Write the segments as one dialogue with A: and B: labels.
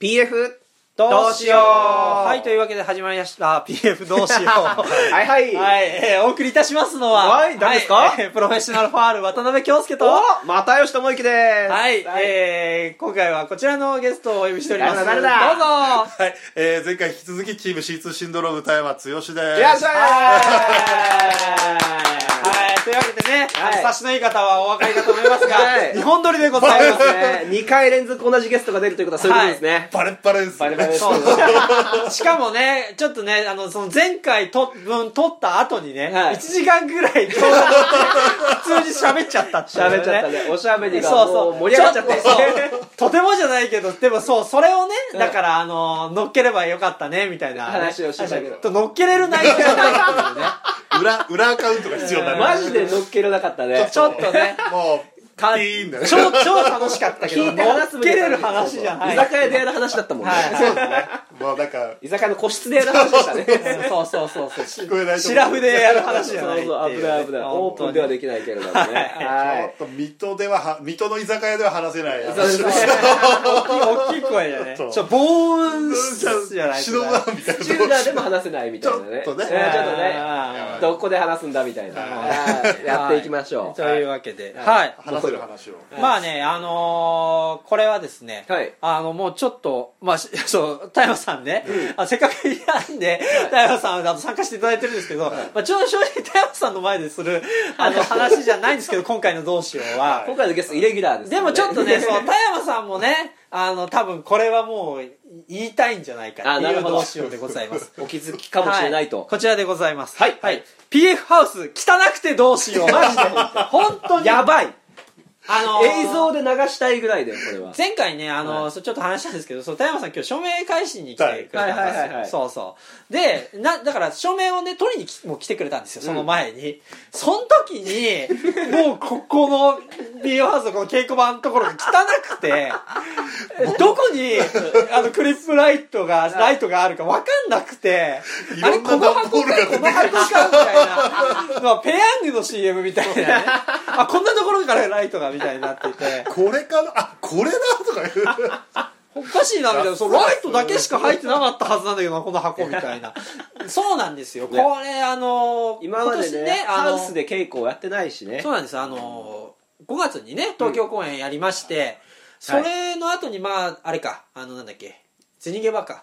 A: PF
B: ど
A: ど
B: う
A: う
B: し
A: し
B: よ
A: よ
B: う
A: う
B: はい、というわけで始まりました。PF どうしよう。 は
A: はいはい
B: い、えーお送りいたしますのは、
A: はい誰ですか
B: えープロフェッショナルファール渡辺京介と、は
A: おまたよしともゆきです
B: い、えー今回はこちらのゲストをお呼びしております。
A: 誰だ誰
B: どうぞ
C: はい、えー前回引き続きチーム C2 シンドローム田山剛です。
A: いらっしゃい
B: はい、というわけでね、
A: はい
B: あの察しのいい方はお分かりかと思いますが、
A: はい
B: 日本撮りでございますね。
A: ね2回連続同じゲストが出るということはそういうことですね
C: バレッバレです、ね。
B: そう しかもね、ちょっとね、あの、その前回と、分撮った後にね、
A: はい
B: 1時間ぐら い、普通に喋っちゃったっていうね
A: 喋っちゃったねおしゃべりが
B: そう
A: も
B: そうう。
A: 盛り上がっちゃって
B: ょとそうとてもじゃないけど、でもそう、それをね、だから、あの、乗っければよかったね、みたいな、
A: 話をしてたけど
B: と乗っけれる内容じゃないっていうね。
C: 裏、裏アカウントが必要になりま
A: マ
C: す。
A: ジで乗っけれなかったね
B: ちょっとね、
C: もう、ピ
B: か
C: ーンだね。
B: 超、超楽しかったけど、
A: 聞
B: 乗っ
A: いて話すみ
B: け
A: たいな
B: れる話じ ゃない。
A: 居酒屋でやる話だったもんね
B: はい
C: そうですね。もうなんか、
A: 居酒屋の個室でやる話でしたね
B: そうそうそうそう。
C: 聞こえないと
B: シラフでやる話じゃ
A: そ
B: な
A: う
B: いってい
A: そう
B: ね
A: 危ない危ないオープンではできないけれどもねはい
C: ちょっと水戸ではは、水戸の居酒屋では話せない。
A: そうですね
B: 大きい声だねち
C: そ
B: ょ
C: う
B: 防音室じゃない
C: 忍ばんみたいな。
A: シューダーでも話せないみたいなね
C: ちょっとね
A: うんちょっとね
B: あー
A: どこで話すんだみたいなはいやっていきましょう
B: というわけではい
C: 話せる話を。
B: まあねあのーこれはですね
A: はい
B: あのもうちょっとまあし そう太陽さんねあせっかくいたんで太陽さんあの参加していただいてるんですけどまあちょ正直太陽さんの前でするあの話じゃないんですけど今回の「どうしよう」は
A: 今回のゲストイレギュラーですか
B: で
A: ら
B: もちょっとね、そう、田山さんもね、あの、多分これはもう言いたいんじゃないか
A: あ
B: って
A: ないる
B: う
A: ほど
B: どうしようでございます。
A: お気づきかもしれないと
B: こちらでございます。
A: はいはい。
B: PF ハウス、汚くてどうしよう。マ ジで。本当に。
A: やばい
B: あのー
A: 映像で流したいぐらいでこれは
B: 前回ね、あのー、そうちょっと話したんですけど、そう、田山さん今日署名返しに来てくれたんですよ。
A: はいはいはいはい
B: そうそう。で、な、だから署名をね、取りにきもう来てくれたんですよ、その前に。その時に、もうここの、ビデオハウスのこの稽古場のところが汚くて、どこに、あの、クリップライトが、ライトがあるか分かんなくて、
C: い
B: あれ、
C: ろん
B: こ
C: な
B: の
C: 段ボ
B: 箱
C: ールが
B: か、この箱か、みたいな。まあ、ペヤングの CM みたいなね。あ、こんなところからライトが、みたいになってて。
C: これかなあ、これだとか
B: お
C: 言う。
B: かしいなみたいなそうライトだけしか入ってなかったはずなんだけどなこの箱みたいなそうなんですよこ
A: ね
B: れあの
A: 今まで
B: 今
A: ね
B: 年あ
A: ハ
B: の
A: ウスで稽古をやってないしね
B: そうなんですあの5月にね東京公演やりまして、それの後にまああれかあのなんだっけ銭ゲバ
A: 銭ゲバで
B: かこの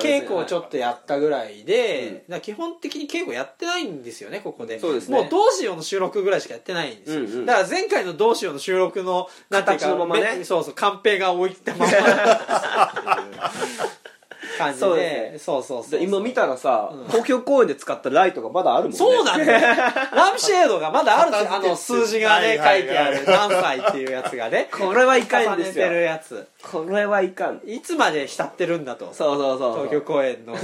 A: すね
B: 稽古をちょっとやったぐらいで、だから基本的に稽古やってないんですよねここで
A: そうですね
B: もう「どうしよう」の収録ぐらいしかやってないんですよ、
A: うんうん
B: だから前回の「どうしよう」の収録のなんていうか
A: 形のままね
B: めそうそうカンペが置いた まま感
A: そ
B: じでそうう
A: です
B: そうそう
A: で今見たらさ
B: うん
A: 東京公演で使ったライトがまだあるもんね
B: そうなんだよランプシェードがまだあるんですよあ
C: 片付けて
B: の数字がね書いてあ
C: は
B: る
C: い
B: 何歳っていうやつがね
A: これはいか
B: 重
A: んで
B: ね
A: す
B: てる
A: よ
B: やつ
A: これはいかん
B: いつまで浸ってるんだと
A: そうそうそう
B: 東京公演の、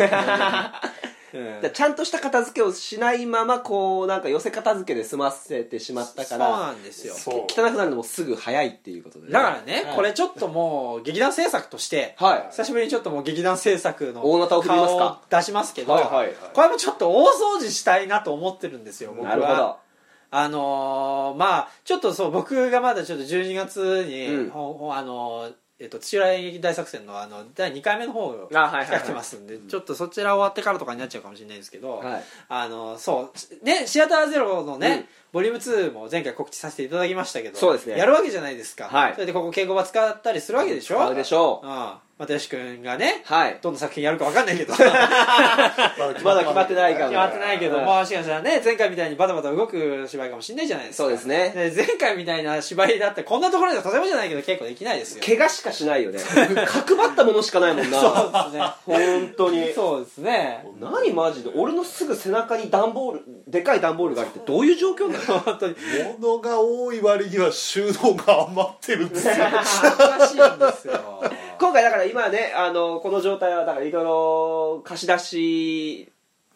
B: うん
A: だからちゃんとした片付けをしないままこうなんか寄せ片付けで済ませてしまった
B: そ
A: か
B: う
A: ら
B: なんですよ
C: そう。
A: 汚くなるのもすぐ早いっていうことでね
B: だからね、
A: はい
B: これちょっともう劇団制作として
A: はい
B: 久しぶりにちょっともう劇団制作の
A: 大股を振りますか
B: 顔を出しますけど、
A: はいはいはい
B: これもちょっと大掃除したいなと思ってるんですよ僕は
A: なるほど
B: あのーまあちょっとそう僕がまだちょっと12月に、
A: うん
B: ほほあのーえっと、土浦演劇大作戦のあの第2回目の方を
A: あはいはいはい
B: やってますんで、ちょっとそちら終わってからとかになっちゃうかもしれないですけど、
A: はい
B: あのーそうねシアターゼロのね、
A: うん
B: ボリューム2も前回告知させていただきましたけど
A: そうですね
B: やるわけじゃないですか、
A: はい
B: それでここ稽古場使ったりするわけでしょ
A: 買うでしょう
B: ああ又吉君がね
A: はい
B: どんな作品やるか分かんないけど決
A: まだ決まってないから
B: まってないけど、
A: はい
B: まあしかしらね前回みたいにバタバタ動く芝居かもしれないじゃないですか
A: そうですね
B: で前回みたいな芝居だってこんなところではとてもじゃないけど稽古できないですよ
A: 怪我しかしないよね角張ったものしかないもん な
B: そうですね
A: 本当に
B: そうで すね
A: 何マジで俺のすぐ背中に段ボールでかい段ボールがあるってどういう状況なの
B: 本当に
C: 物が多い割には収納が余ってるん ですよ。
B: 恥ず かしいんですよ
A: 今回だから今ねあのこの状態はだからいろいろ貸し出し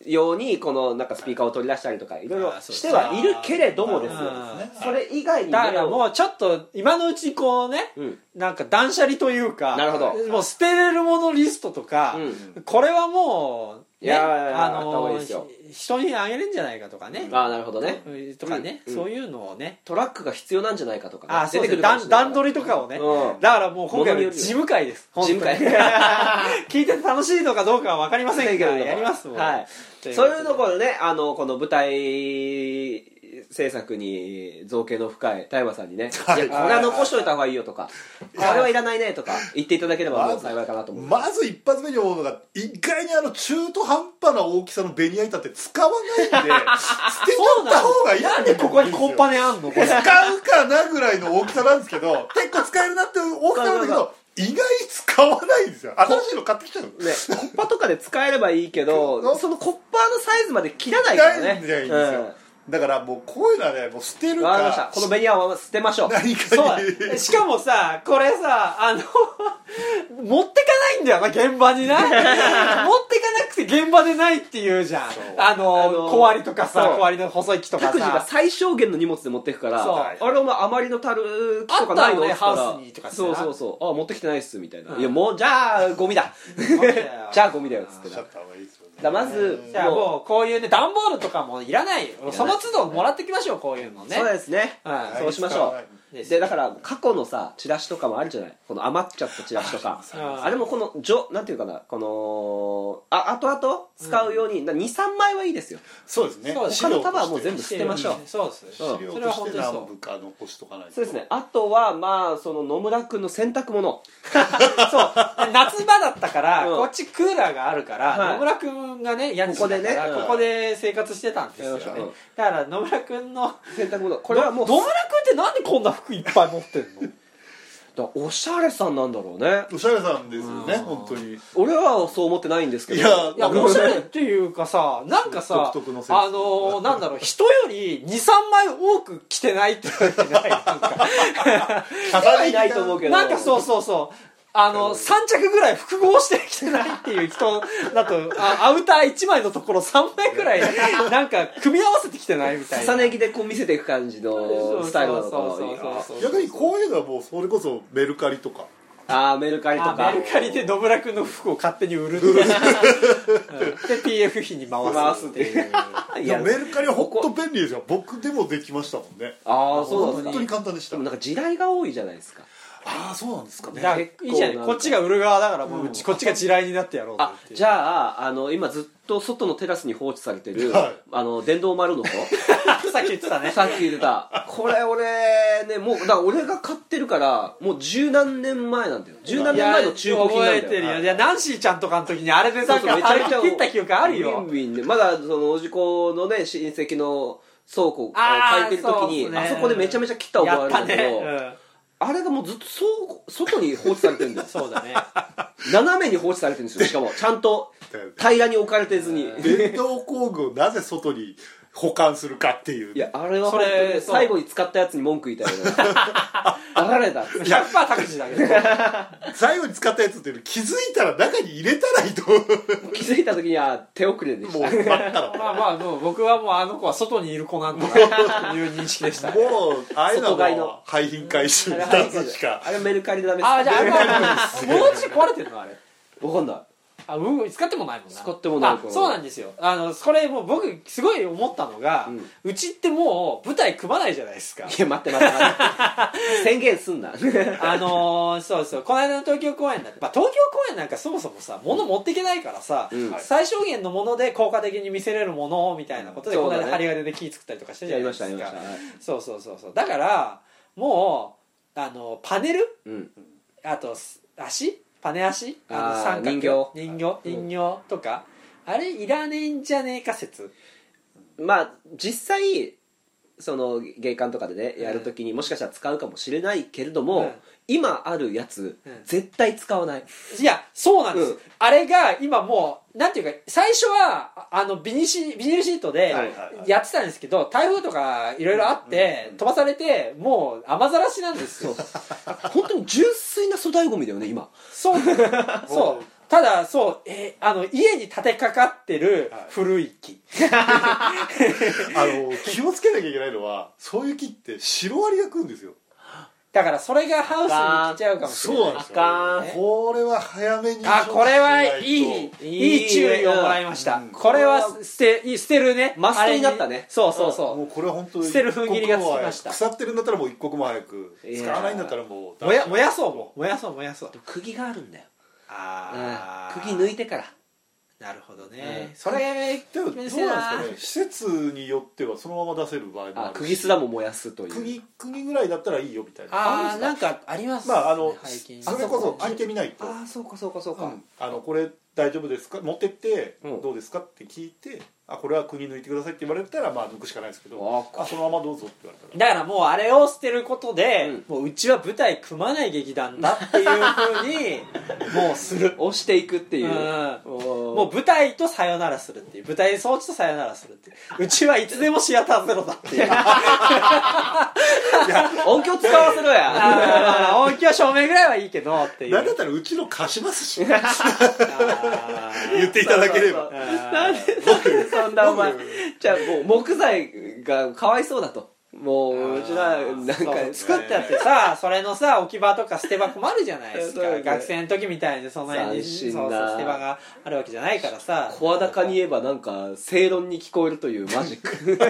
A: 用にこのなんかスピーカーを取り出したりとかいろいろ
B: あーそう
A: してはいるけれどもですよ
B: あー
A: それ以外に
B: だから
A: う、
B: もうちょっと今のうちにこうね、
A: うん
B: なんか断捨離というか
A: なるほど
B: もう捨てれるものリストとか、
A: うん
B: これはもう
A: いやいやいや
B: あ
A: あった方がいい
B: の
A: ですよ
B: ひ人にあげれんじゃないかとかね、
A: ああなるほどね
B: うんとかね、
A: うん
B: そういうのをね、
A: トラックが必要なんじゃないかとかね、
B: あそうですね
A: かも
B: 段
A: しれない
B: 段取りとかをね、
A: うん
B: だからもう今
A: 物によ
B: 回は
A: るよ
B: 事務会です
A: 事務会
B: 本当に 聞いてて楽しいのかどうかは分かりませんけどやりますもん、
A: はい
B: ということ
A: そう
B: で
A: いうところでねあのこの舞台制作に造形の深い田山さんに ね「いやこれは残しといた方がいいよ」とか「これはいらないね」とか言っていただければもう幸いかなと思う
C: まず一発目に思うのが意外にあの中途半端な大きさのベニヤ板って使わないんで捨てちゃった方がいい
B: なんでここにコンパネあん のこれ
C: 使うかなぐらいの大きさなんですけど結構使えるなっていう大きさなんだけど意外に使わないんですよ新しいの買ってきちゃうの
A: ね、コッパとかで使えればいいけど
C: の
A: そのコッパのサイズまで切らないからね
C: 切らないんじゃないんですよだからもうこういうのはねもう捨て
A: う
C: る
A: ん、わかりました
C: か
A: このベニヤは捨てましょう
C: 何
B: そう
C: か
B: だ
C: に
B: ねしかもさこれさあの 持ってかないんだよな現場 にな持ってかなくて現場でないっていうじゃんあの、
A: あの
B: 小割りとかさ
A: そう
B: 小割りの細い木とか
A: 各自が
B: さ
A: 最小限の荷物で持ってくから
B: そう
A: あれお前余りのたる木とかないの
B: あったよね
A: つたら
B: ハウスにとかさ
A: そうそうそうあ持ってきてないっすみたいな、
B: うん
A: いやもうじゃあゴミだ じゃあゴミだよっつって
C: しち
A: な
C: ゃ
A: だか
C: った方がいいですよね
A: らまず
B: じゃあもうこういうね段ボールとかもいらない
A: ない
B: その都度もらってきましょうこういうのね
A: そうですね、
B: はい
A: そうしましょう
B: です
A: でだから過去のさチラシとかもあるじゃないこの余っちゃったチラシと か
B: あ
A: あれもこのじょなんていうかなこのあ後々使うように、23枚はいいですよ
C: そうですね
B: そうです
A: 他の束はもう全部捨てましょう
B: そうです
A: うん
C: 資料として何部か残しとかないと
A: そうですねあとはまあその野村君の洗濯物
B: そう夏場だったから、
A: うん
B: こっちクーラーがあるから、
A: はい
B: 野村くんがね家賃だか
A: ここでね
B: ら
A: うん
B: ここで生活してたんですよね
A: やりましょううん
B: だから野村くんの
A: 洗濯物これはもう
B: 野村くんってなんでこんな服いっぱい持ってんの
A: だおしゃれさんなんだろうね
C: おしゃれさんですよね
B: うん
C: 本当に
A: 俺はそう思ってないんですけど
C: いや
B: いや
A: なんか
B: おしゃれっていうかさなんかさ
C: 独特のセンス
B: あのーなんだろう人より23枚多く着てないって言われてないなんか
A: はいないと思うけど
B: なんかそうそうそうあの3着ぐらい複合して着てないっていう人だとあアウター1枚のところ3枚ぐらいなんか組み合わせて着てないみたいな
A: 重ね着でこう見せていく感じのスタイルなのかな
B: そうそうそうそう
C: 逆にこういうのはもうそれこそメルカリとか
A: ああメルカリと
B: あ
A: か
B: メルカリで野村君の服を勝手に売るっていう、うん、で PF 費に回すっていう
A: い
C: い
A: や
C: やメルカリは本当便利ですよ僕でもできましたもんね
A: ああそうなんです
C: 本当
A: か
C: に簡単でし
A: で
C: た
A: もなんか地雷が多いじゃないですか
C: ああそうなんですか
B: だ
C: ね
B: からい
A: 結構
B: いじゃない
A: なんか
B: こっちが売る側だからもううち、こっちが地雷になってやろうぜ
A: あ
B: っていう
A: じゃああの今ずっと外のテラスに放置されてる、
C: はい
A: あの電動丸の子
B: さっき言ってたね
A: さっき言ってたこれ俺ねもうだから俺が買ってるからもう十何年前なんだよ十何年前の中古品なんだよ
B: 覚えてる
C: は
B: よ
C: い
B: じゃあナンシーちゃんとかの時にあれでなんか張り切った記憶ある
A: ウィン
B: よ
A: ウィンでまだそのおじこのね親戚の倉庫を
B: あー
A: 借りてる時に
B: そ
A: あ
B: うっす
A: そ,、
B: ね
A: こでめちゃめちゃ切った
B: や
A: 覚
B: っ
A: えあ
B: た
A: るんだけ
B: ね
A: ど、、あれがもうずっとそう外に放置されてるんだ
B: うん
A: よ
B: そうだね
A: 斜めに放置されてるんですよしかもちゃんと平らに置かれてずに
C: 電動工具をなぜ外に保管するかっていう
A: いやあれは
B: そ
A: 本
B: れ
A: 当に
B: そう
A: 最後に使ったやつに文句言いたい よね誰だって
B: 100%高くだけど
C: 最後に使ったやつっていうの気づいたら中に入れたらいいと思う
A: 気づいた時には手遅れでし
C: も
A: た
C: う真っ赤 だ
B: まあまあもう僕はもうあの子は外にいる子なんだなという認識で したね
C: もうああいう
A: 外
C: のは
A: 買い
C: も
A: の
C: う廃品回収
A: あ
C: に
A: れ
C: 出すしか
A: あれメルカリでダメです
B: あじゃああれは物落ち壊れてるのあれ
A: 分かんない
B: あうん使ってもないもんな
A: 使ってもないから
B: あそうなんですよあのそれもう僕すごい思ったのが、
A: うん
B: うちってもう舞台組まないじゃないですか
A: いや待って待って待って 宣言すんな
B: あのー、そうそうこの間の東京公演だって、まあ、東京公演なんかそもそもさ物持っていけないからさ、
A: うん
B: 最小限のもので効果的に見せれるものみたいなことで、
A: そう
B: この
A: だね
B: 間針金で木作ったりとかして
A: やりましたやりました
B: か
A: はい
B: そうそうそうそうだからもうあのパネル
A: うん
B: あとす足パネ足
A: あー
B: の三角
A: 人形
B: 人形人形とか、あれいらねえんじゃねえか説
A: まあ実際その芸館とかでねやるときにもしかしたら使うかもしれないけれども、
B: うん
A: 今あるやつ、
B: うん
A: 絶対使わない
B: いやそうなんです、
A: うん
B: あれが今もうなんていうか最初はああのビニシビニールシートで
A: はい
C: はいはい
B: やってたんですけど、台風とかいろいろあって、飛ばされてもう雨ざらしなんですよ
A: 本当に純粋な粗大ゴミだよね今
B: そうそうただそう、えーあの家に立てかかってる
C: はい
B: 古い木、
C: あの気をつけなきゃいけないのはそういう木ってシロアリが食うんですよ
B: だからそれがハウスに来ちゃうかもしれない
C: そうなんですよ
A: あかん
C: これはは早めに
B: あこれはい
C: 処置しない
B: い
C: と
B: いい注意をもらいました、
C: うん
B: これは捨ていい捨てるね
A: マスト
B: あれ
A: になったね
B: そうそうそう、
C: もうこれは本当に
B: 捨てる踏ん切りがつきました
C: 一刻も早く腐ってるんだったらもう一刻も早く
A: いやー
C: 使わないんだったらもう
B: 燃や燃やそうもう燃やそう燃やそう
A: 釘があるんだよ、
B: あ
A: うん
B: あ、
A: 釘抜いてから
B: なるほどね、
A: うん
B: それ
C: でもどうなんです
B: せな
C: かね施設によってはそのまま出せる場合もあ
A: あ
C: るし
A: 釘すらも燃やすという
C: 釘釘ぐらいだったらいいよみたいな
B: あ
C: る
B: あ
C: んですか
B: なんかあります
C: まああの
B: 最近
C: それこそ聞いてみないと
A: ああそうかそうかそうか、
C: うんあのこれ大丈夫ですか持ってって
A: うん
C: どうですかって聞いてあこれは釘抜いてくださいって言われたらまあ抜くしかないですけど
A: あ
C: あそのままどうぞって言われたら
B: だからもうあれを捨てることで、
A: うん
B: もううちは舞台組まない劇団だっていうふうにもう する、
A: 押していくって
B: う
A: い
B: ん、
A: う、
B: も
A: も
B: う舞台とさよならするっていう舞台装置とさよならするっていううちはいつでもシアターゼロだっていうあ
A: う音響使わせろ
B: ー
A: や
B: まあ音響照明ぐらいはいいけどっていう
C: なんだったらうちの貸しますし
B: あー
C: 言っていただければ
B: あー
A: そんなお前
C: 僕
A: じゃあもう木材がかわいそうだともううちらなんか
B: そう
A: 作っ
B: 作ったやつでさそれのさ置き場とか捨て場困るじゃないですか
A: そうだよね
B: 学生の時みたいにその辺に
A: 斬新
B: そうそ
A: な
B: う捨て場があるわけじゃないからさ
A: 声高に言えばなんか正論に聞こえるというマジック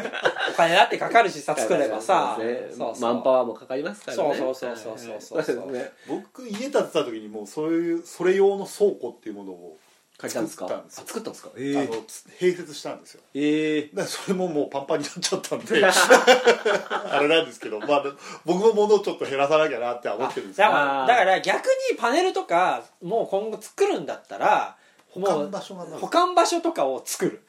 B: お金だってかかるしさ作ればさ
A: そうですね
B: そうそう
A: マンパワーもかかりますからね
B: そうそうそうそうそうそうそ
A: そう
B: う
A: ですね
C: 僕家建てた時にもうそういうそれ用の倉庫っていうものを
A: 借りたんですか
C: 作ったんですよ
A: あ作ったんですかえ
C: あのつ併設したんですよ
A: ええ
C: でそれももうパンパンになっちゃったんで あれなんですけど、まあ、僕も物をちょっと減らさなきゃなって思ってるんですけ
B: だ
C: ど
A: あ
B: からだから逆にパネルとかもう今後作るんだったら
C: 保
B: も
C: 管
B: う
C: 場所がない
B: 保管場所とかを作る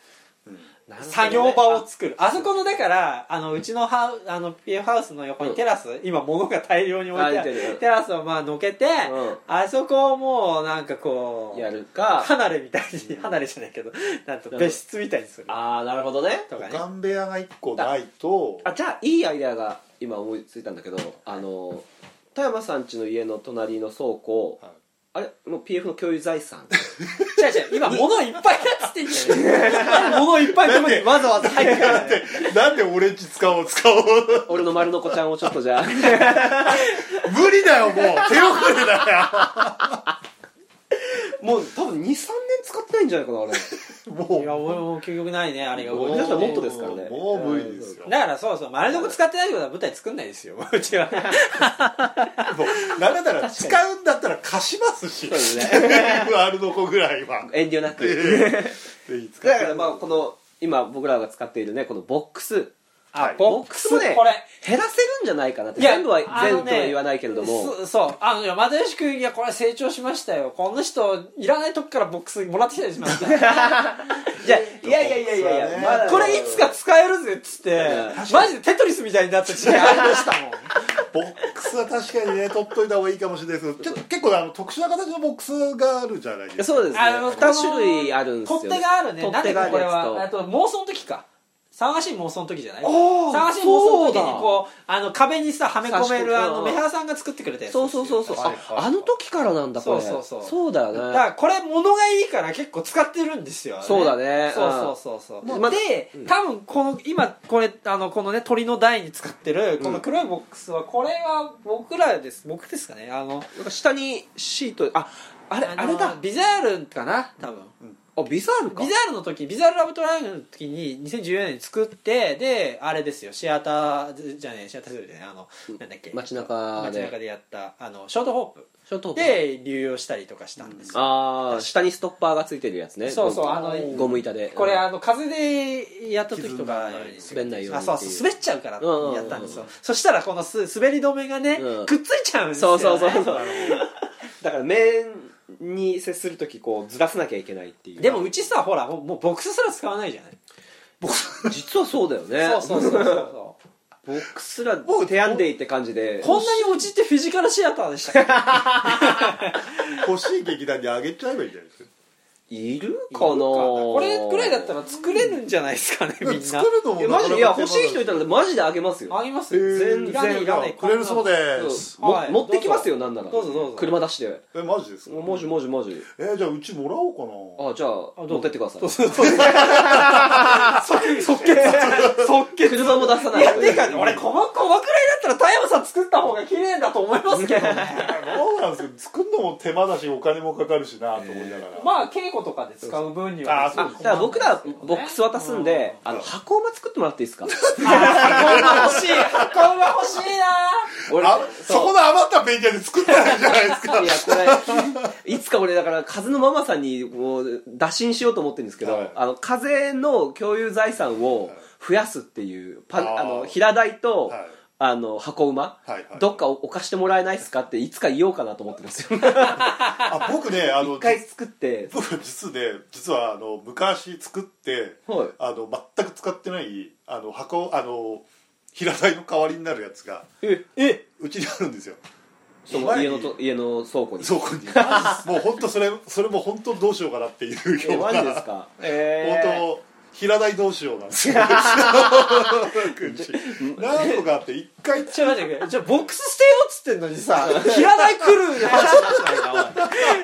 A: なるほどね
B: 作業場 を作るあそこのだからあのうちのハウあの PF ハウスの横にテラス、今物が大量に置いて
A: あ
B: あ
A: 置いて
B: る
A: る
B: テラスをまあのけて、
A: うん
B: あそこをもうなんかこう
A: やるか
B: 離れみたいに離れじゃないけどなんと別室みたいにする
A: ああなるほどね
B: とか
C: 保
B: ね
C: 管部屋が1個ないと
A: あじゃあいいアイデアが今思いついたんだけどあの田山さん家の家の隣の倉庫、
C: はい
A: あれもう PF の共有財 産
B: 違う違う今物いっ ぱいだっつってんじゃない物いっぱいとこにわざわざ入ってくる
C: なんでなんで俺んち使おう使おう
A: 俺の丸の子ちゃんをちょっとじゃあ
C: 無理だよもう手遅れだ
A: もう多分23年使ってないんじゃないかなあれ
C: よも
B: いうや俺も究極ないねあれが
A: 俺だったらもっとですからね
C: もう無理ですよ
B: だからそうそう丸のこ使ってないってことは舞台作んないですようちは
C: もうなんだったら使うんだったら貸します
A: そ
C: し
A: うですね
C: VR の子ぐらいは
A: 遠慮なく
C: ぜひ使っ
A: だ
C: て
A: からまあこの今僕らが使っているねこのボックス
C: はい
A: ボックスもね
B: これ
A: 減らせるんじゃないかなって
B: いや
A: 全部は
B: あ
A: 全
B: の
A: 部
B: ね
A: とは言わないけれども
B: そそうあのいや又吉君いやこれ成長しましたよこの人いらないとこからボックスもらってきたりし ました
A: いやいやいやいやいやい
C: そう
A: や
C: ね
A: まだ
B: これいつか使えるぜっつって
A: うん
B: マジでテトリスみたいになった時期ありました もん
C: ボックスは確かにね取っといた方がいいかもしれないですけどちょっと結構あの特殊な形のボックスがあるじゃないですか
A: そうですね
B: あの
A: 2種類あるんですよ
B: 取っ手があるね
A: 取
B: な
A: っ
B: んで
A: 手があ
B: こ
A: る
B: れ
A: や
B: はあ
A: つと
B: と妄想の時か騒がしい妄想の時じゃない
A: ー
B: 騒がしい妄
A: そ
B: 想の時
A: う
B: に
A: だ
B: こうあの壁にさはめ込め
A: 差し込む
B: るあ
A: う
B: の
A: ん
B: メハさんが作ってくれたやつ
A: そうそうそうそう
C: はいはい
A: ああの時からなんだこれ
B: そうそうそう
A: そうだ
B: だ
A: よ
B: か
A: ね
B: らこれ物がいいから結構使ってるんですよあれ
A: そうだね
B: そうそうそうそう、
A: うんま
B: で
A: うん
B: 多分この今これあのこのね鳥の台に使ってるこの黒いボックスはこれは僕らです僕ですかねあの
A: なんか下にシートああれ
B: の
A: あれだ
B: ビザールかな多分
A: あビザールか
B: ビザールの時ビザールラブトライアングルの時に2014年に作ってであれですよシアターじゃねえシアターズルじゃねえあのなんだっけ
A: 街中
B: 街中
A: で
B: でやったあのショートホー
A: ショートホ
B: プ
A: ープ
B: で流用したりとかしたんですよ、
A: ああ下にストッパーがついてるやつね
B: そうそう
A: ゴム
B: あの
A: ゴム板で
B: これ
A: うん
B: あの風でやった時とか
A: 滑んないように
B: あそうそう滑っちゃうからってやったんで
A: うんうんう
B: すよ、
A: んうん
B: そしたらこのす滑り止めがね、
A: うん
B: くっついちゃうんです
A: そ
B: よ、
A: う
B: ね、
A: そうそうそうだから面に接する時こうずらさなきゃいけないっていう
B: でもうちさほらもうもうボックスすら使わないじゃない、
A: 実はそうだよね
B: そうそうそうそうそう
A: ボックスら手編んでいって感じで
B: こんなにうちってフィジカルシアターでしたっけ
C: 欲しい劇団にあげちゃえばいいじゃないですか
A: いるかな
B: これぐらいだったら作れるんじゃないですかねみんな
C: 作るのも
A: いやマジでいや欲しい人いたらマジであげますよ
B: あります
C: えー
B: 全
A: 全然
B: いらねえいらねえ
C: くれるそう
A: そう
C: です
A: も
B: はい
A: 持ってきますよなんなら
B: どうぞどうぞ
A: 車出して
C: えマジですか
A: もじもじもじ
C: えーじゃあうちもらおうかな
A: あじゃあ
B: どうぞ
A: 持ってってください
B: そうそうそう即決即 決
A: 車も出さない
B: いやてかね俺このこのくらいだっったら田山さん作った方が綺麗だと思いますけどね
C: そうなんですよ作るのも手間だしお金もかかるしなと思いな がら、
B: まあ稽古とかで使う分には
C: あそう
A: だから僕らボックス渡すんで、
C: うん
A: あの箱馬作ってもらっていいですか
B: 箱馬欲しい箱馬欲しいな
A: 俺
C: あそこの余った便利屋で作ったらいいじゃないですか
A: いやこれいつか俺だから風のママさんにもう打診しようと思ってるんですけど、
C: はい
A: あの風の共有財産を増やすっていうパ
C: あー
A: あの平台と、
C: はい
A: あの箱馬、
C: はいはい
A: どっかお置かしてもらえないですかっていつか言おうかなと思ってるんですよ
C: あ僕ねあの
A: 一回作って
C: 僕実ね実はあの昔作って
A: はい
C: あの全く使ってないあの箱あの平台の代わりになるやつが
A: ええ
C: うちにあるんですよ
A: その家のと家の倉庫に
C: そこにもう本当それそれも本当どうしようかなっていう
A: えマ
C: 今日
A: ジ
C: が
A: ですかえー
C: 本当平台どうしようなん ですよ何とかあって一回
B: ちょっと待ってくれじゃあボックス捨てようっつってんのにさ 平台来る で話しないか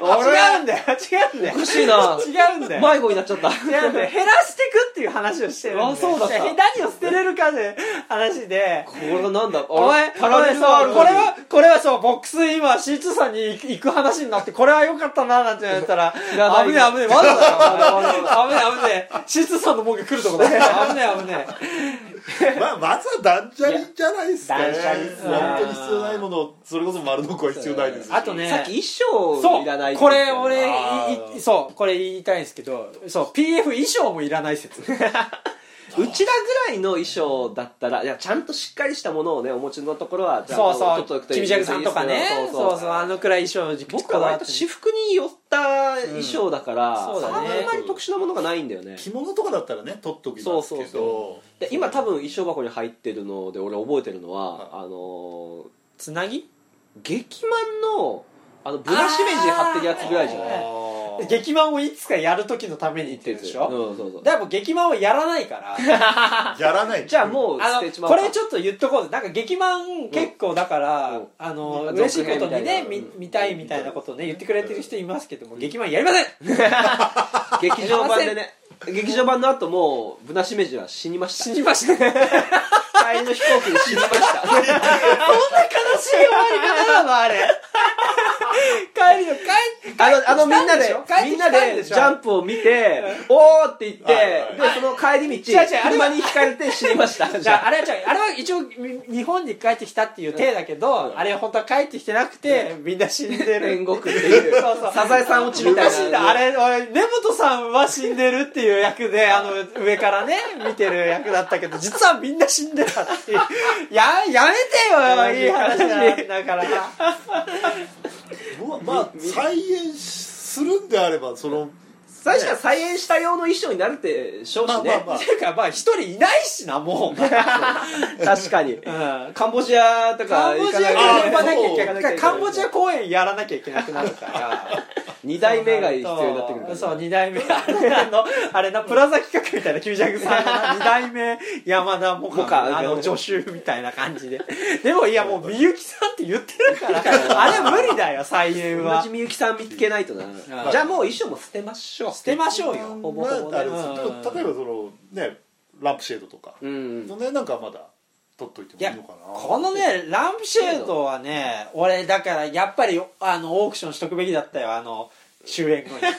B: おい違うんだよ違うんだよ
A: おかしい な
B: 違うんだよ
A: 迷子になっちゃった
B: 違うんだよ減らしてくっていう話をしてるんだよ
A: あそうだった
B: 何を捨てれるかで話で
A: これはなんだ
B: お前、
A: パラレル
B: お前
A: ワー
B: そう
A: ル
B: こ
A: ド
B: れ
A: に
B: は、これはそう、ボックス今、C2 さんに行く話になって、これは良かったな、なんて言ったら、
A: らない
B: 危ねえ危ねえ、わざわざ、危ねえ危ねえ、C2 さんの文句来るとこだね、危ねえ危ね
C: まあ、まずは断捨離じゃないですかね
B: いや断捨離っすね
C: 本当に必要ないものそれこそ丸のこは必要ないですし
B: え。あとね、
A: さっき衣
B: そ、
A: 装いらないうって
B: こ
A: 言ってた
B: れ
A: よね
B: 俺
C: あー
B: い、いそう、これ言いたいんですけど、そう、PF 衣装もいらな い説。
A: うちらぐらいの衣装だったらいやちゃんとしっかりしたものをねお持ちのところはちゃん
B: そう
A: と
B: そ
A: 取っと
B: う
A: く、といい
B: 君ジャグさんとかね、
A: そう
B: そ
A: そうう
B: そう、あのくらい衣装に
A: 僕は割と私服に寄った衣装だから、
B: うんそうだね
A: あんまり特殊なものがないんだよね
C: 着物とかだったらね取っときますけ
A: そ
C: ど
A: うそうそで今多分衣装箱に入ってるので俺覚えてるのは、あのー
B: つなぎ
A: 劇漫のあのブラシメジ貼ってるやつぐらいじゃない
B: あ
C: あー
B: 劇版をいつかやる時のためにってるでしょ
A: うんそうそう
B: だからもう劇漫はやらないから
C: やらない
A: じゃあもう捨
B: あ
A: てちま
B: の
A: うか
B: これちょっと言っとこうぜなんか劇漫結構だから、
A: うん
B: あ
A: うん
B: の嬉しいことに
A: 続
B: ね
A: 編みたいなうん
B: 見見たいみたいなことをね言ってくれてる人いますけども劇漫やりません
A: 劇場版でね劇場版の後もうブナシメジは死にました
B: 死にましたそんな悲しい
A: 帰りの飛行機で死にました
B: 終わり方なのあれ帰りの帰帰
A: あの、あの
B: 帰
A: みんな
B: ってき
A: で
B: たしょ、
A: みんな
B: 帰って
A: で
B: き
A: ジ
B: たしょ
A: ャンプを見て、おーって言って、
C: はいはい
A: で、その帰り
B: 違う
A: 道、
B: 違うあれは
A: 車にひかれて死にました。
B: じゃああれは違うあれは一応み日本に帰ってきたっていう体だけど、あれ本当は帰ってきてなくて、みんな死んでる
A: 天国っていう
B: そうそう、
A: サザエさん落ちみたいな。
B: 昔だあれ俺根本さんは死んでるっていう役であの上からね見てる役だったけど実はみんな死んでたっていうややめてよいい話だだから
C: もうまあ再演するんであればその
A: 最初は再演した用の衣装になるって、少
C: まあ
A: 子
C: まあ
A: ね
C: ま。あ
B: ていうかまあ一人いないしなもう、うん、
A: 確かに。
B: カ
A: カンボジアとか
B: ンボ
A: 行
B: ジ
A: かな
B: ア
A: き
C: あー
A: ゃい
B: 行かなきゃ
A: け
B: いけ
A: な
B: ないい
A: か。
B: かららカンボジア公演やらなきゃいけなくなるから
A: 二代目が必要になってくるから。
B: そう二代目あれあのあれなプラザ企画みたいな九尺さ んが二代目山田も
A: も
B: か
A: か
B: あの助手みたいな感じででもいやもうみゆきさんって言ってるから あれ無理だよ再演
A: 同
B: は
A: じみゆきさん見つけないとな。じゃあもう衣装も捨てましょう。
B: 捨てましょうよほぼ
C: まあ
B: ほぼね
C: あれですけど
B: うん
C: 例えばそのねランプシェードとか
A: うん
C: の。ねなんかまだ取っといてもいいのかな
B: このねランプシェードはね俺だからやっぱりあのオークションしとくべきだったよあの終演 後に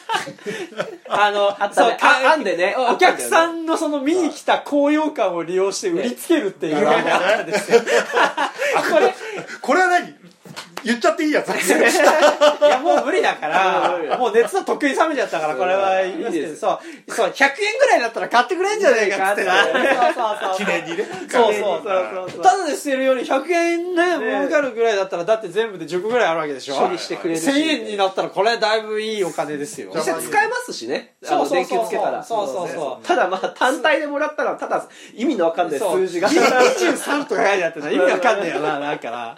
B: あの
A: あったね。
B: か
A: ああんでね。
B: お客さ
A: ん。
B: んのその見に来た高揚感を利用して売りつけるっていうのがあったんですよこれ
C: これは何言っちゃっていいやつ
B: いやもう無理だか
A: もう無理
B: ら
A: だ
B: もう熱はとっくに冷めちゃったからこれはいいですけどそうそう100円ぐらいだったら買ってくれんじゃねえかっつってなそうそうそう
C: 記念にね
B: そうそう
A: そうそうそう
B: ただで捨てるより100円ね
A: ね
B: 儲かるぐらいだったらだって全部で10個ぐらいあるわけでしょ
A: 処理してくれるし
B: 1000円になったらこれだいぶいいお金ですよ
A: 実際使えますしね。あ
B: そう
A: の
B: そう
A: 電球
B: そうそう
A: つけたら。
B: そうそうそう
A: ただまあ単体でもらったらただ意味のわかんない
B: そう
A: 数字が
B: 23とか書いてあってな意味わかんねえよなだから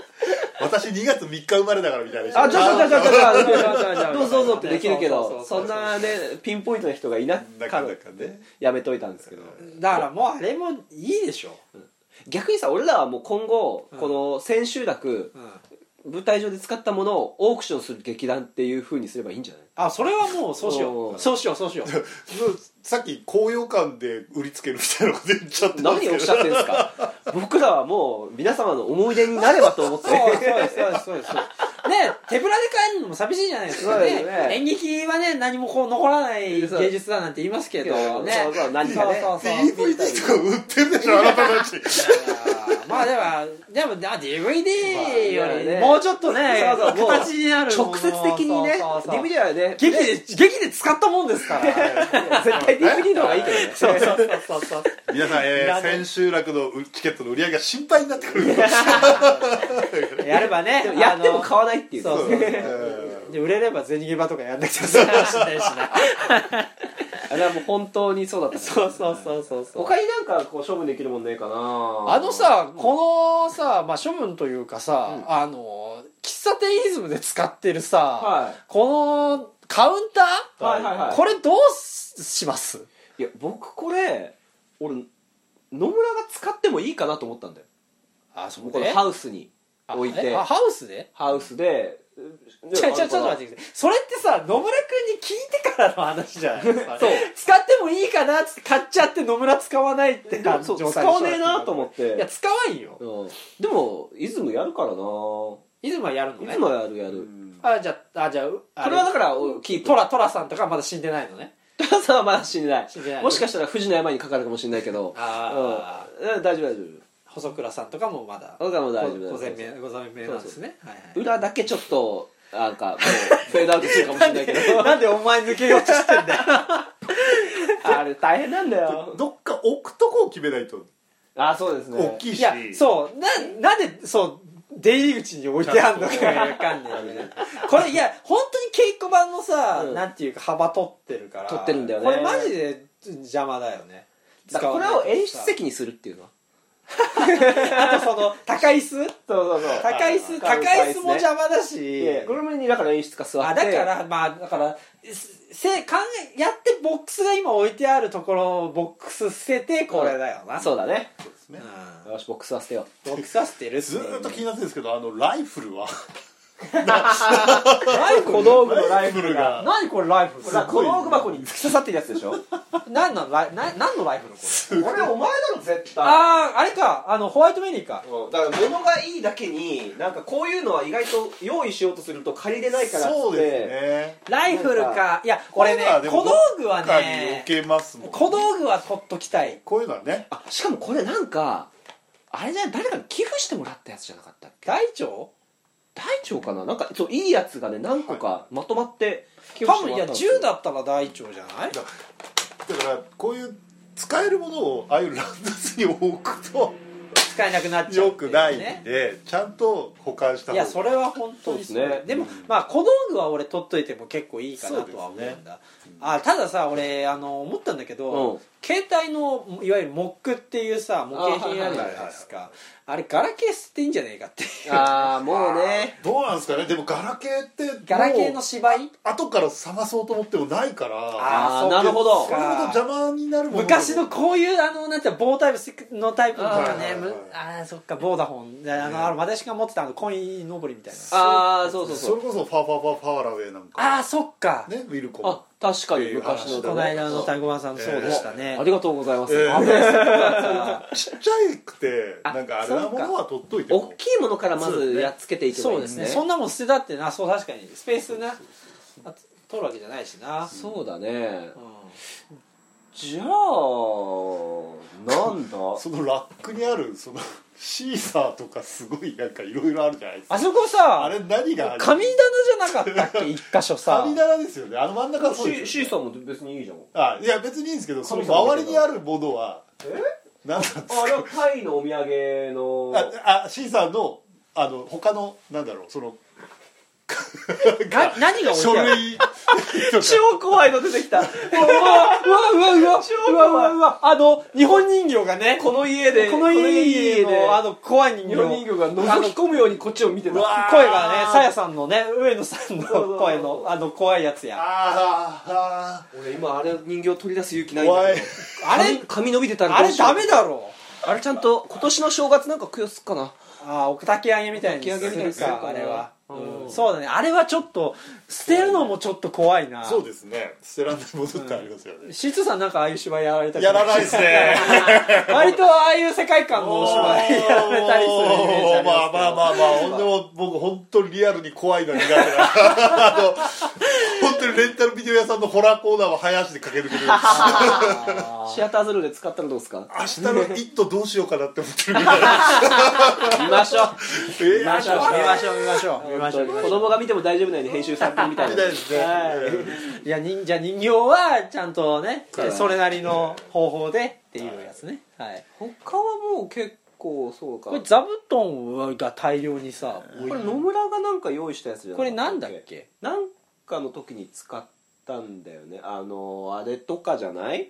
C: 私2月3日生まれだからみたいな人
A: あじゃあじゃあじゃあじゃあじゃあじゃあじゃあどうぞどうぞってできるけ
B: そう
A: ど
B: そう
A: そ
B: そうん
A: なねピンポイントな人がいな
C: な
A: か
C: か
A: っ
C: な
A: た
C: かね
A: やめといたんですけど
B: だからもうあれもいいでしょ、
A: 逆にさ俺らはもう今後この千秋楽
B: うん
A: 舞台上で使ったものをオークションする劇団っていうふうにすればいいんじゃない
B: あそれはもうそうしよ
A: おー
B: うそうしようそうしよう
C: さっき高揚感で売りつけるみたいなこと言っちゃ ってます
A: 何
C: けど
A: をおっしゃってるんです か僕らはもう皆様の思い出になればと思っ
B: そうそう
A: て
B: ですそうですそうですね手ぶらで帰るのも寂しいじゃないですか
A: そうで
B: ね
A: すね
B: 演劇はね何もこう残らない
A: そう
B: 芸術だなんて言いますけどね
A: そうそう何かね
B: そうそうそう
C: DVD とか売ってるでしょあなたたち
B: まあでもでもあ DVD
A: まあ
B: よ
A: ね
B: りもうちょっとね
A: そうそうもう
B: 形になるもの
A: 直接的にね
B: そうそうそう
A: DVD はね
B: 劇で劇で使ったもんですから
A: 絶対 DVD の方がいいけどね
B: そうそうそうそう
C: 皆さん、え
B: いら
C: ー、
B: ない
C: 千秋楽のうチケットの売り上げが心配になってくる
B: やればね
A: でもやっても
B: あ
A: 買わないってい
B: の
A: う
B: そうそう
A: ね
B: そうで売れれば銭ゲバとかやんなきゃそうかもしれないしね
A: あれはもう本当にそうだった
B: そう そうそうそうそう
A: 他になんかこう処分できるもんねえかな
B: あのさこのさ、まあ、処分というかさ、あの喫茶店イズムで使ってるさ、
A: は
B: このカウンター、
A: はいはいはい
B: これどうします
A: いや僕これ俺野村が使ってもいいかなと思ったんだよ
B: あそ
A: このハウスに置いて
B: あハウスで
A: ハウスで
B: ちょちょちょっと待ってくださいそれってさ野村君に聞いてからの話じゃないですか
A: そう
B: 使ってもいいかなっつって買っちゃって野村使わないって感じ
A: そう
B: 状態
A: 使
B: でしょ
A: わねえなと思っ
B: い
A: て、
B: や使わんよ
A: うん、でもイズムやるからない
B: つもはやるのね
A: いつもやるやる、
B: あじゃああじゃあ
A: これはだ
B: か
A: からおキープ
B: トラトラさんとかまだ死んでないのね
A: トラさんはまだ死んでない
B: 死んでない
A: もしかしたら富士の山にかかるかもしれないけど
B: あ
A: うんうん大丈夫大丈
B: 細倉さんとかもまだ
A: 夫僕はもう大丈夫
B: ご
A: 大丈
B: 存命ご存命なんですねはい
A: 夫裏だけちょっとなんかもうフェードアウトするかもしれないけど
B: はいなんでお前抜けようとしてんだよ
A: あれ大変なんだよ
C: どっか置くとこを決めないと
A: あそうですね
C: 大きい
B: い
C: し
B: やそうななんでそう出入り口に置いてあんのかがわかんないよ ねこれいや本当に稽古版のさ、
A: うん
B: なんていうか幅取ってるから
A: 取ってるんだよね
B: これマジで邪魔だよね
A: だからこれを演出席にするっていうのは
B: あとその高い椅子
A: そうそうそう
B: 高い椅子
A: 高
B: 高
A: い椅子ね
B: い椅子も邪魔だし、
A: これもにだから演出家座
B: あ
A: って
B: だからまあだからすせ考えやってボックスが今置いてあるところをボックス捨ててこれだよな、
A: そうだね
B: うん
A: よしボックスは捨てよう
B: ボックスは捨てるってい
C: ず
B: う
C: ーっと気になってるんですけどあのライフルは
A: ライフ小道具のライフルが
C: が
B: 何これライフル
A: これは小道具箱に突き刺さってるやつでしょこ
B: 何なのライな何のライフルこれ
A: れお前だろ絶対
B: あああれかあのホワイトメリーか
A: うんだから物がいいだけになんかこういうのは意外と用意しようとすると借りれないからっつって
C: そうですね
B: ライフル
A: なんか
B: かいや俺ね
C: こういうのはでも
B: 小道具は
C: どっかに
B: ね
C: 置けますもん
B: 小道具は取っときたい
C: こういうのはね
A: あしかもこれなんかあれじゃ誰かに寄付してもらったやつじゃなかったっけ
B: 大腸
A: 大腸かななんかそういいやつがね何個かまとまって寄付し
B: 多
A: て
B: 分
A: も
B: い
A: ら
B: や
A: ったんですよ
B: 10だったら大腸じゃない
C: だからこういう使えるものをああいうランドスに置 くと
B: 使えなくなっちゃう
C: 良
B: って
C: く
B: う
C: ないん
B: ね
C: でちゃんと保管した
B: い
C: 方が
B: やそれは本当にそう
A: そうですね
B: でも、まあ小道具は俺取っといても結構いいかなとは思うんだ
C: そうです
B: あたださ俺あの思ったんだけど、
A: うん
B: 携帯のいわゆるモックっていうさ模型品あるじゃないですかあれガラケー捨ていいんじゃねえかっていう
A: ああもうね
C: どうなんですかねでもガラケーって
B: ガラケーの
C: も
B: 芝居
C: う後から探そうと思ってもないから
B: あ
A: あ
B: ーそ
A: あ
B: う
A: なるほど
C: それほど邪魔になるもの
B: 昔のこういうあのなんていうの棒タイプのタイプのとか
C: はい
B: ね
C: はい
B: むあーそっかボーダフォンであの、あの私が持ってたあのコインのぼりみたいな
A: ああそうそう
C: そ
A: そう
C: れこそファーファーファーファーラウェイなんか
B: ああそっか、
C: ねウィルコ
A: あ
C: も
A: 確かに昔の
C: ってい
B: この
C: う話だね
B: 間の田駒さんそうでしたね、
A: ありがとうございます、
C: ええ
A: ありがとうございます
C: ちっちゃくて
A: あ
C: なんかあれなものは取っといて
A: 大
C: も
A: きいものからまずやっつけていけばい
B: そ
A: い
B: うんで
A: ですす
B: ね
A: ね
B: そんなもん捨てたってなそう確かにスペースなあ取るわけじゃないしな、
A: そうだね
B: う
A: じゃあなんだ
C: そのラックにあるそのシーサーとかすごいなんかいろいろあるじゃないですか
B: ん、あそこさ
C: あれ何がある
B: 神棚じゃなかったっけ一箇所さ
C: 神棚ですよねあの真ん中そうですよね
A: さんも別にいいじゃん
C: あいや別にいいんですけどその周りにあるものは何なんですか
A: あでもタイのお土産の
C: ああ C さんのあの他のなんだろうその
B: な何が置いて
C: 書
B: ある
C: 類とか
A: 超怖いの出てきた
B: うわうわうわうわうわうわうわあの日本人形がね
A: この家で
B: この家
A: この家
B: のあの怖い人
A: 日
B: 形
A: 本人形が覗き込むようにこっちを見てた
B: 声がねさやさんのね上野さんの
A: そうそう
B: 声のあの怖いやつや
C: あーあ
A: 俺今あれ人形取り出す勇気
C: ー
A: ないんだ
C: 怖い
A: けど
B: あれ
A: 髪髪伸びてたら
B: あ
A: どう
B: れ
A: しよう
B: ダメだろ
A: あれちゃんと今年の正月なんか供養すっかな
B: ああ炊き上げみたいに
A: 炊き上げみたいに
B: するかあ
A: するかな
B: れは、
A: うん
B: うんそうだねあれはちょっと捨てるのもちょっと怖いな
C: そうですね捨てらんないものってありますよね、
B: シーツさんなんかああいう芝居やられたり
C: やらないですね
B: 割とああいう世界観のお芝居やられたりするイメージありますけど
C: まあまあまあまあほんでも僕本当にリアルに怖いの苦手なあの本当にレンタルビデオ屋さんのホラーコーナーは早足で駆け抜けてる
A: シアターズルーで使ったらどうですか
C: 明日の「イット!」どうしようかなって思ってるみ
A: 見ましょう
C: たいなえー
A: 見ましょう
B: 見ましょう見ましょう見ましょう見ましょう
A: 子供が見ても大丈夫なように編集されてるみたいな
C: みたいですね、
B: いや人じゃあ人形はちゃんとね
A: はい
B: それなりの方法でっていうやつねはい
A: 他はもう結構そうか
B: これ座布団が大量にさ置い
A: これ野村がなんか用意したやつじゃな
B: これなんだっ
A: っけ
B: け
A: なんかの時に使ったんだよねあのあれとかじゃない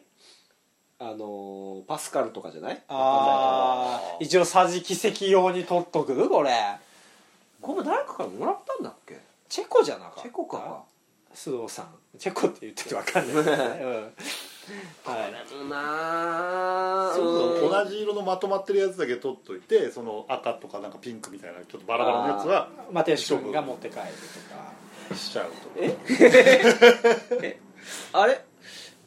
A: あのパスカルとかじゃない
B: ああ一応桟敷席用に取っとくこれ
A: これも誰かからもらったんだっけ
B: チェコじゃなかった
A: チェコか
B: 須藤さんチェコって言ってて分かんない ですね、うんはい
A: うんなあ
C: そう
A: うん
C: 同じ色のまとまってるやつだけ取っといてその赤とかなんかピンクみたいなちょっとバラバラのやつは
B: 又吉君が持って帰るとか
C: しちゃうと
A: あれ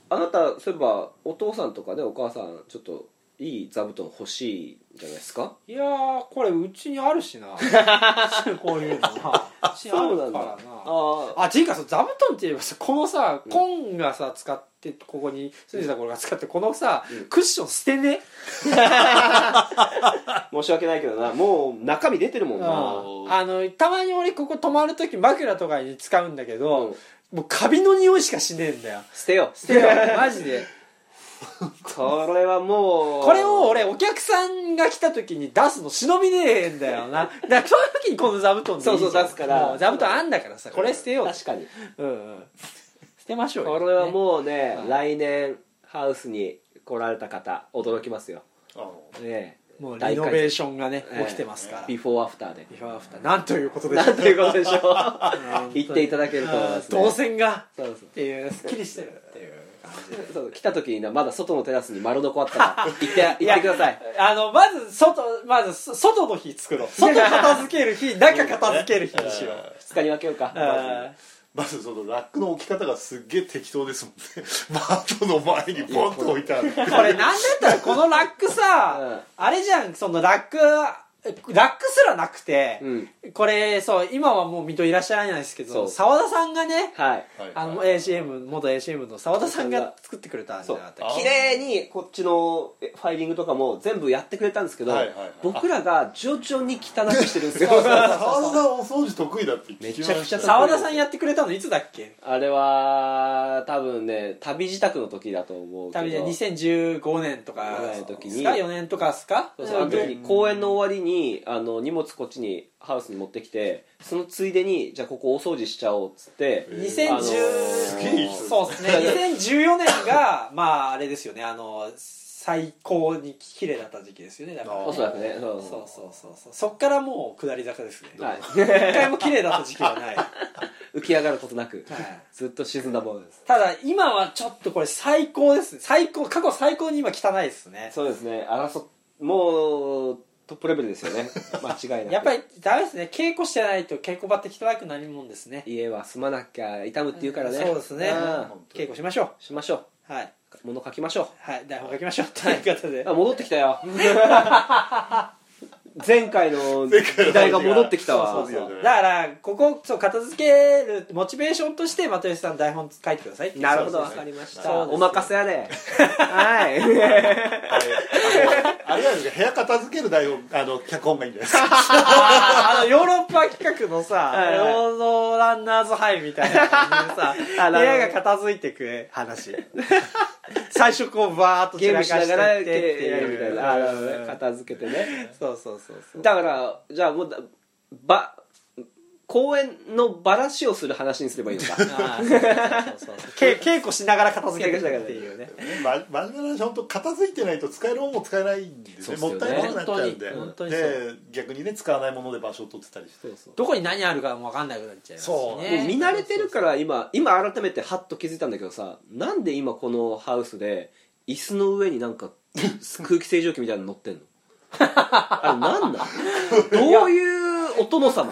A: あなたそういえばお父さんとかねお母さんちょっといい座布団欲しいじゃないですか
B: いやーこれうちにあるし なこういうのさうちにあるからな
A: ああ
B: あっていうかさ座布団って言えばさこのさコンがさ使ってここに住んでた頃が使ってこのさ、
A: うん
B: クッション捨てね
A: 申し訳ないけどなもう中身出てるもんな
B: うんあのたまに俺ここ泊まる時枕とかに使うんだけど、
A: うん
B: もうカビの匂いしかしねえんだよ
A: 捨てよ
B: 捨てよマジで
A: これはもう
B: これを俺お客さんが来た時に出すの忍びねえんだよなだからそういう時にこの座布団でいいじゃん
A: そうそう出すから
B: もう座布団あんだからさこれ捨てよう
A: 確かに
B: うんうん捨てましょうよ
A: これはもうね
B: はい
A: 来年ハウスに来られた方驚きますよ
C: あの
A: ねえ
B: もうリノベー
A: シ
B: ションがね
A: ええ
B: 起きてますから、
A: ビフォーアフターで
B: ビフォーアフターなんということでしょ
A: な
B: うん
A: ていうことでしょう言っていただけると思いますね
B: 動線が
A: そうそう
B: っていうすっきりしてるっていう感じで
A: そう来た時になまだ外のテラスに丸のこあったら行って行ってください
B: あのまず外まずそ外の日作ろう外片付ける日中片付ける日にしよ う
A: 2日に分けようか
B: あ
C: まずそのラックの置き方がすっげえ適当ですもんね バートの前にポンと置いてある
B: ーこれなんだったらこのラック
A: うん
B: さあれじゃんそのラックラックすらなくて
A: うん
B: これそう今はもう水戸いらっしゃらないですけ
A: そ
B: ど
A: う
B: 澤田さんがね
A: はい
B: あの
C: え
B: ACM 元 ACM の澤田さんが作ってくれたんじゃなかったっ
C: そう
A: 綺麗にこっちのえファイリングとかも全部やってくれたんですけど、
C: はいはいはい
A: 僕らが徐々に汚くしてるんですよ
C: 沢田さんお掃除得意だって聞きました
A: めちゃくちゃ得
B: け
A: 意
B: 澤田さんやってくれたのいつだっけ
A: あれは多分ね旅自宅の時だと思うけど
B: 旅で2015年とか
A: ぐらいの時に
B: ですか4年とかですか
A: そうそうあの時に公演の終わりにあの荷物こっちにハウスに持ってきてそのついでにじゃあここお掃除しちゃおうっつって
C: え
B: 2010
A: あのー
C: すげえ人
B: そう ですね2014年がまああれですよねあの最高に綺麗だった時期ですよねだから
C: あ
A: おそらくねそう
B: そうそうそうそうそっからもう下り坂ですね
A: は
B: 一
A: い、
B: 回も綺麗だった時期は ない、はい、
A: 浮き上がることなくずっと沈んだものです
B: ただ今はちょっとこれ最高ですね最高過去最高に今汚いですね
A: そうですね争っもうトップレベルですよ ね間違いなく
B: やっぱりダメですね稽古してないと稽古場って汚くなるもんですね
A: 家は住まなきゃ痛むっていうからね
B: そうですね
A: ん
B: 稽古しましょ
A: しましょ
B: うはいう
A: 物書きましょ
B: はい、台本書きましょうということで
A: うあ戻ってきた よ前回の時代が戻ってきたわ
C: そうそうそう
B: だからここそう片付けるモチベーションとして又吉さん台本書いてくださいっていう
A: なるほど
B: そうですね
A: ましたお任せあれはい
C: あれあれなんですか部屋片付ける台本あの脚本がいいんじゃないですか
B: あーあのヨーロッパ企画のさ
A: はいはい
B: ロードランナーズハイみたいな感 じで
A: あ
B: さ
A: なるほど
B: 部屋が片付いてく話最初こうバーッと
A: ゲームしながら
B: 散
A: ゲ
B: てって
A: ームやるみたいなあなるほどね
B: うん
A: 片付けてね
B: そうそうそうそう
A: だからじゃあもうだば公園のばらしをする話にすればいいの か
B: あーそうそうそうそうけ稽古しながら片付けてくっていうね
C: ま真面目な話本当片付いてないと使えるもんも使えないんです
A: そう
C: ね
A: っすよ
C: も
A: ね
C: ったいなくなっちゃうんで
B: 本当に本当
C: で逆にね使わないもので場所を取ってたりして
A: そうそう
B: どこに何あるかも分かんなくなっちゃいますし
C: そう
A: もう見慣れてるから今今改めてハッと気づいたんだけどさなん で今このハウスで椅子の上になんか空気清浄機みたいなの乗ってんのあれなんだどういうお殿様
B: 空空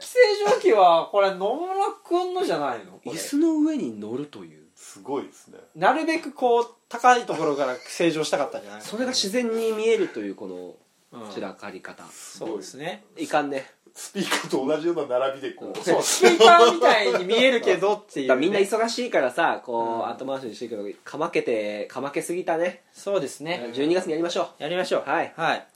B: 気清浄機はこれ野村くんのじゃないのこれ
A: 椅子の上に乗るという
C: すごいですね
B: なるべくこう高いところから清浄したかったんじゃないの
A: それが自然に見えるというこ
B: う
A: の
B: ん
A: 散らかり方、
B: そうですね
A: いかんね
C: スピーカーと同じような並びでこう、
B: そうスピーカーみたいに見えるけどってい
A: だ
B: う
A: か
B: ね、
A: らみんな忙しいからさこう、
B: うん
A: 後回しにしてるけどかまけてかまけすぎたね
B: そうですね
A: 12月にやりましょ
B: やりましょう
A: はい
B: はい、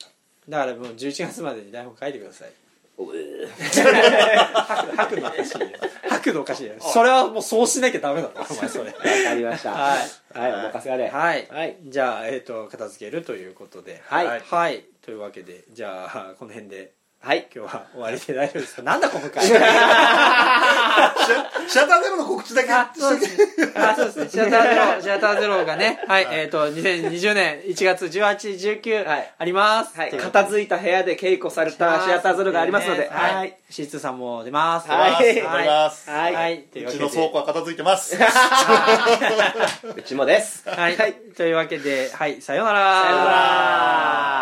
B: だからもう11月までに台本書いてくださいう
A: うう
B: 吐く吐くのおかしいよ吐くのおかしいよそれはもうそうしなきゃダメだなお前それ
A: わかりました
B: は
A: はい、お任せあれ
B: はい、
A: はい
B: じゃあ、えー、と片付けるということで
A: はい
B: はい、というわけでじゃあこの辺で
A: はい
B: 今日は終わりで大丈夫ですかなんだこの回
C: シャッターゼロの告知だけ
B: あそうですねあそうですねシャッターゼロシャッターゼロがねはい、えっ、と2020年1月1819、
A: はい
B: あります、
A: はい、
B: とうことで
A: 片付いた部屋で稽古されたシアターゾルがありますので、
B: は
A: はいい、
B: C2 さんも出ます
A: はい
C: 出ます出ます
B: はい
A: は
B: という
C: う
B: わ
C: ち
B: け
C: の
B: で
C: 倉庫は片付いてます
A: うちもです。
B: はい、というわけではいさようなら
A: さようなら